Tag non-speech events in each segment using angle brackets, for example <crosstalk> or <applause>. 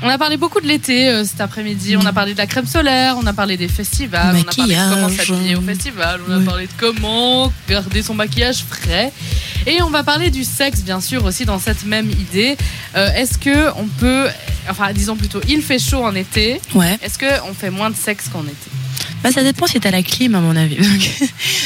On a parlé beaucoup de l'été euh, cet après-midi. On a parlé de la crème solaire, on a parlé des festivals, on a Maquillage. parlé de comment s'habiller au festival, on a Ouais. parlé de comment garder son maquillage frais. Et on va parler du sexe, bien sûr, aussi dans cette même idée. Euh, Est-ce que on peut, enfin, disons plutôt, il fait chaud en été. Ouais. Est-ce que on fait moins de sexe qu'en été Bah, ça dépend si t'as la clim, à mon avis. Donc,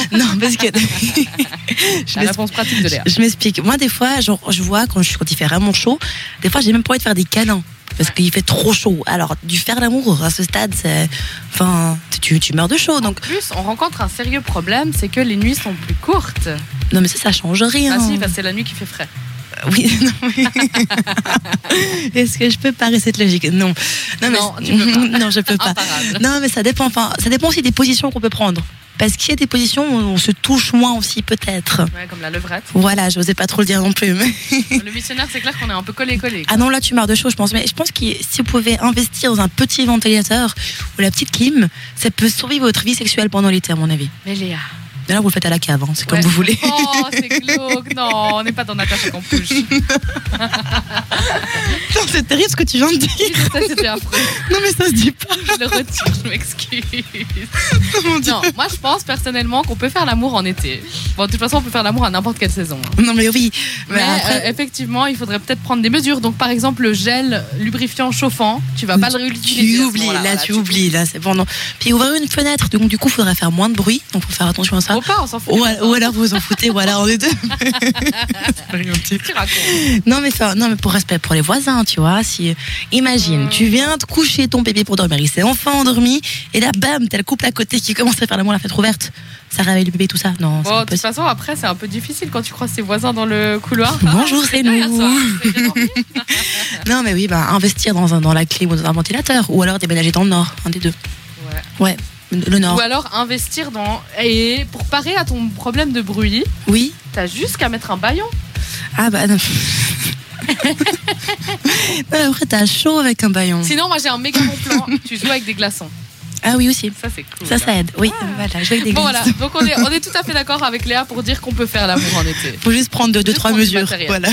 <laughs> non, <laughs> parce que. <laughs> je La m'explique. réponse pratique de l'air. Je m'explique. Moi, des fois, genre, je vois quand, je, quand il fait vraiment chaud, des fois, j'ai même pas envie de faire des câlins. Parce qu'il fait trop chaud. Alors, du faire l'amour à ce stade, c'est. Enfin, tu, tu meurs de chaud. En <laughs> Donc, plus, on rencontre un sérieux problème, c'est que les nuits sont plus courtes. non, mais ça, ça change rien. Ah si, parce que c'est la nuit qui fait frais. Oui, <laughs> non, mais- <laughs> Est-ce que je peux parer cette logique Non. Non, tu peux pas. <laughs> Ah, non, je peux pas. Imparable. Non, mais ça dépend. Enfin, ça dépend aussi des positions qu'on peut prendre. Parce qu'il y a des positions où on se touche moins aussi, peut-être. Ouais, comme la <laughs> levrette. Voilà, je n'osais pas trop le dire non plus. mais- Le missionnaire, c'est clair qu'on est un peu collé-collé. Ah non, là, tu meurs de chaud, je pense. Mais je pense que si vous pouvez investir dans un petit ventilateur ou la petite clim, ça peut sauver votre vie sexuelle pendant l'été, à mon avis. Mais Léa. Mais là, vous le faites à la cave, hein, c'est comme Ouais. vous voulez. Oh, c'est glauque. Non, on n'est pas dans Natacha Campouche. <laughs> Non, c'est terrible ce que tu viens de dire. Ça, c'était affreux. Non, mais ça se dit pas, Je le retire, je m'excuse. mon Dieu. Non, moi, je pense personnellement qu'on peut faire l'amour en été. Bon, de toute façon, on peut faire l'amour à n'importe quelle saison. hein. Non, mais oui. Mais Mais après- euh, effectivement, il faudrait peut-être prendre des mesures. Donc, par exemple, le gel lubrifiant chauffant, tu vas pas le réutiliser. à Tu ce oublies, moment-là. là, Voilà, tu oublies, là, c'est bon, non. Puis ouvrir une fenêtre, donc du coup, il faudra faire moins de bruit, donc faut faire attention à ça. Ou pas, on s'en fout. Ou, al- ou alors vous vous en foutez, ou alors on est deux. <laughs> C'est pas gentil. Tu racontes. non, mais, enfin, non, mais pour respect pour les voisins, tu vois. Si, imagine, tu viens de coucher ton bébé pour dormir, il s'est enfin endormi, et là, bam, t'as le couple à côté qui commence à faire l'amour à la fenêtre ouverte. Ça réveille le bébé, tout ça. Bon, Non, c'est de pas toute possible. façon, après, c'est un peu difficile quand tu croises ses voisins dans le couloir. Bonjour, c'est Derrière nous. toi, c'est <laughs> bien dormi. Non, mais oui, bah, investir dans, un, dans la clim ou dans un ventilateur, ou alors déménager dans le nord, un des deux. Ouais. Ouais, le nord. Ou alors investir dans. Et pour parer à ton problème de bruit, Oui. t'as juste qu'à mettre un baillon. Ah, bah non. <laughs> Non, Après, t'as chaud avec un baillon. Sinon, moi j'ai un méga bon plan. <laughs> tu joues avec des glaçons. Ah oui, aussi. Ça, c'est cool. Ça, ça aide. Oui, voilà, jouer avec des Bon, glaces. voilà. Donc, on est, on est tout à fait d'accord avec Léa pour dire qu'on peut faire l'amour en été. Faut juste prendre deux, deux Juste trois prendre du mesures. matériel. Voilà.